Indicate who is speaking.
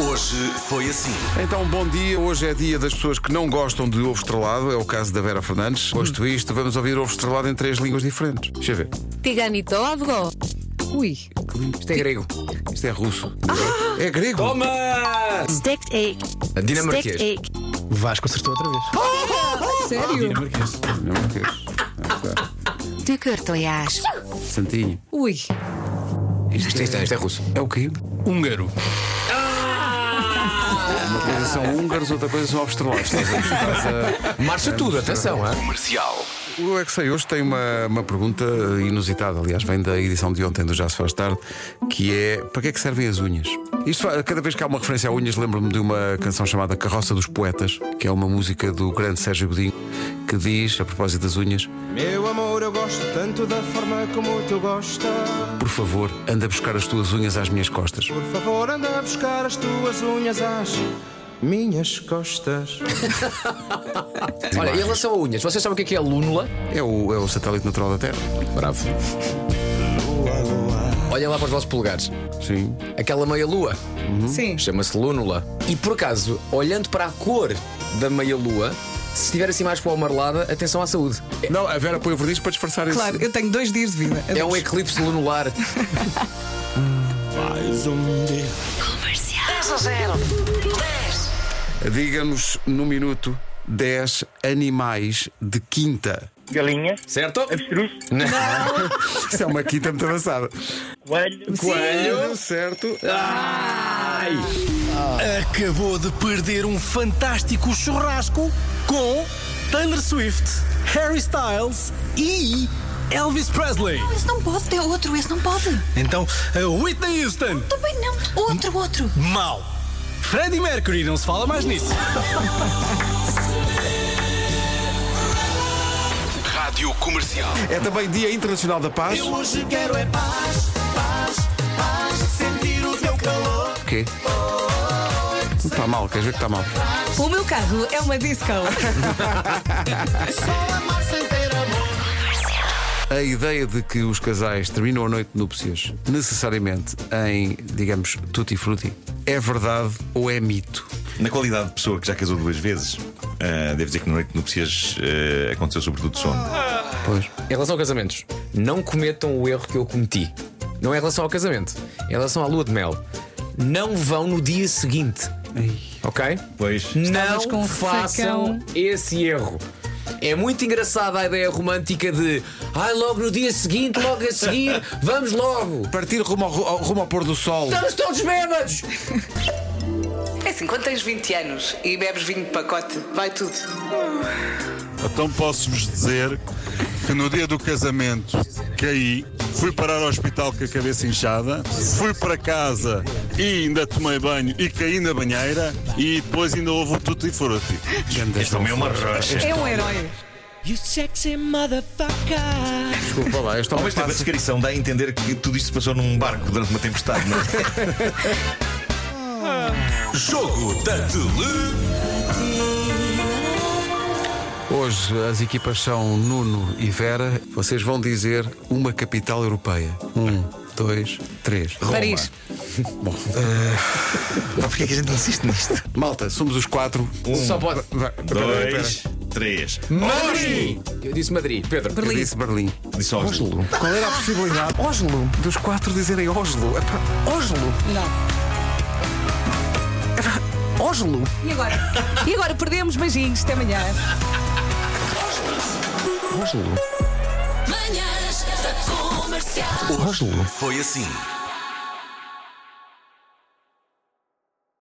Speaker 1: Hoje foi assim.
Speaker 2: Então, bom dia. Hoje é dia das pessoas que não gostam de ovo estrelado. É o caso da Vera Fernandes. Posto isto, vamos ouvir ovo estrelado em três línguas diferentes. Deixa eu ver.
Speaker 3: Tiganitovo. Ui,
Speaker 2: Isto é grego. Isto é russo. É grego.
Speaker 1: Toma!
Speaker 4: Stacked egg.
Speaker 1: Dinamarquês.
Speaker 4: Stacked egg.
Speaker 5: Vasco acertou outra vez.
Speaker 3: sério?
Speaker 2: Dinamarquês.
Speaker 4: Tükör tojás.
Speaker 2: Santinho.
Speaker 3: Ui,
Speaker 1: Isto, isto, é- isto é russo.
Speaker 2: É o quê?
Speaker 5: Húngaro.
Speaker 2: Uma coisa são húngaros, outra coisa são ovo estrelado. Estás a- estás a-
Speaker 1: Marcha tudo, atenção, hã?
Speaker 2: O É Que Sei hoje tem uma, uma pergunta inusitada, aliás, vem da edição de ontem do Já Se Faz Tarde, que é para que é que servem as unhas? Isto, fa- cada vez que há uma referência a unhas, lembro-me de uma canção chamada Carroça dos Poetas, que é uma música do grande Sérgio Godinho, que diz, a propósito das unhas,
Speaker 6: Meu amor, eu gosto tanto da forma como tu gostas.
Speaker 2: por favor, anda buscar as tuas unhas às minhas costas.
Speaker 6: Por favor, anda a buscar as tuas unhas às minhas costas.
Speaker 1: Olha, em relação a unhas, vocês sabem o que é que é lúnula?
Speaker 2: É o, é o satélite natural da Terra.
Speaker 1: Bravo. Olhem lá para os vossos polegares.
Speaker 2: Sim.
Speaker 1: Aquela meia-lua
Speaker 3: sim.
Speaker 1: chama-se lúnula. E por acaso, olhando para a cor da meia-lua, se estiver assim mais para o amarelada, atenção à saúde.
Speaker 2: Não, a Vera põe o verniz para disfarçar isso.
Speaker 3: Claro, eu tenho dois dias de vida.
Speaker 1: É um eclipse lunular.
Speaker 2: Diga-nos, no minuto, 10 animais de quinta.
Speaker 7: Galinha,
Speaker 1: Certo?
Speaker 7: avestruz,
Speaker 2: Isso é uma quinta muito avançada.
Speaker 7: coelho.
Speaker 2: Coelho, certo.
Speaker 8: Acabou de perder um fantástico churrasco com Taylor Swift, Harry Styles e Elvis Presley.
Speaker 9: Esse não pode, é outro, esse não pode.
Speaker 8: Então, a Whitney Houston,
Speaker 9: Também não. Outro, outro.
Speaker 8: mal. Freddie Mercury, não se fala mais nisso.
Speaker 2: É também Dia Internacional da Paz. O
Speaker 8: hoje quero é paz, paz, paz, sentir o teu calor.
Speaker 2: quê? Está mal, queres ver que está mal?
Speaker 3: O meu carro é uma disco.
Speaker 2: A ideia de que os casais terminam a noite de núpcias necessariamente em, digamos, tutti frutti, é verdade ou é mito?
Speaker 10: Na qualidade de pessoa que já casou duas vezes, ah, devo dizer que na noite de núpcias ah, aconteceu sobretudo sono.
Speaker 2: Pois.
Speaker 1: Em relação a casamentos, não cometam o erro que eu cometi. Não é em relação ao casamento, é em relação à lua de mel. Não vão no dia seguinte. Ok?
Speaker 10: Pois.
Speaker 3: Estavas com
Speaker 1: Não
Speaker 3: um
Speaker 1: façam
Speaker 3: facão.
Speaker 2: um
Speaker 1: esse erro. É muito engraçada a ideia romântica de ai, logo no dia seguinte, logo a seguir, vamos logo.
Speaker 2: Partir rumo ao, ao- rumo ao pôr do sol.
Speaker 1: Estamos todos bêbados!
Speaker 3: É assim, quando tens 20 anos e bebes vinho de pacote, vai tudo.
Speaker 11: Então posso-vos dizer que no dia do casamento caí, fui parar ao hospital com a cabeça inchada, fui para casa e ainda tomei banho e caí na banheira e depois ainda houve o tutti frutti.
Speaker 10: Este também é uma rocha.
Speaker 3: É um herói.
Speaker 2: Desculpa lá, este
Speaker 10: Ao
Speaker 2: homem
Speaker 10: mesmo tempo, a
Speaker 2: passa-
Speaker 10: descrição dá a entender que tudo isto se passou num barco durante uma tempestade, não é?
Speaker 8: Jogo da Tele.
Speaker 2: Hoje as equipas são Nuno e Vera. Vocês vão dizer uma capital europeia. Um, dois, três.
Speaker 3: Paris.
Speaker 2: Bom,
Speaker 10: Porquê é que a gente insiste nisso?
Speaker 2: malta, somos os quatro. Um,
Speaker 1: Só pode.
Speaker 2: vai-
Speaker 10: Dois, três.
Speaker 1: Madrid! Eu disse Madrid, Pedro.
Speaker 2: Eu disse Berlim.
Speaker 10: Disse ao Oslo.
Speaker 2: Qual era a possibilidade? Oslo. Dos quatro dizerem Oslo. Epá, Oslo. Não. Oslo.
Speaker 3: E agora? E agora perdemos beijinhos. Até amanhã.
Speaker 2: Oslo.
Speaker 9: Manhãs da comercial.
Speaker 2: Oslo.
Speaker 1: Foi assim.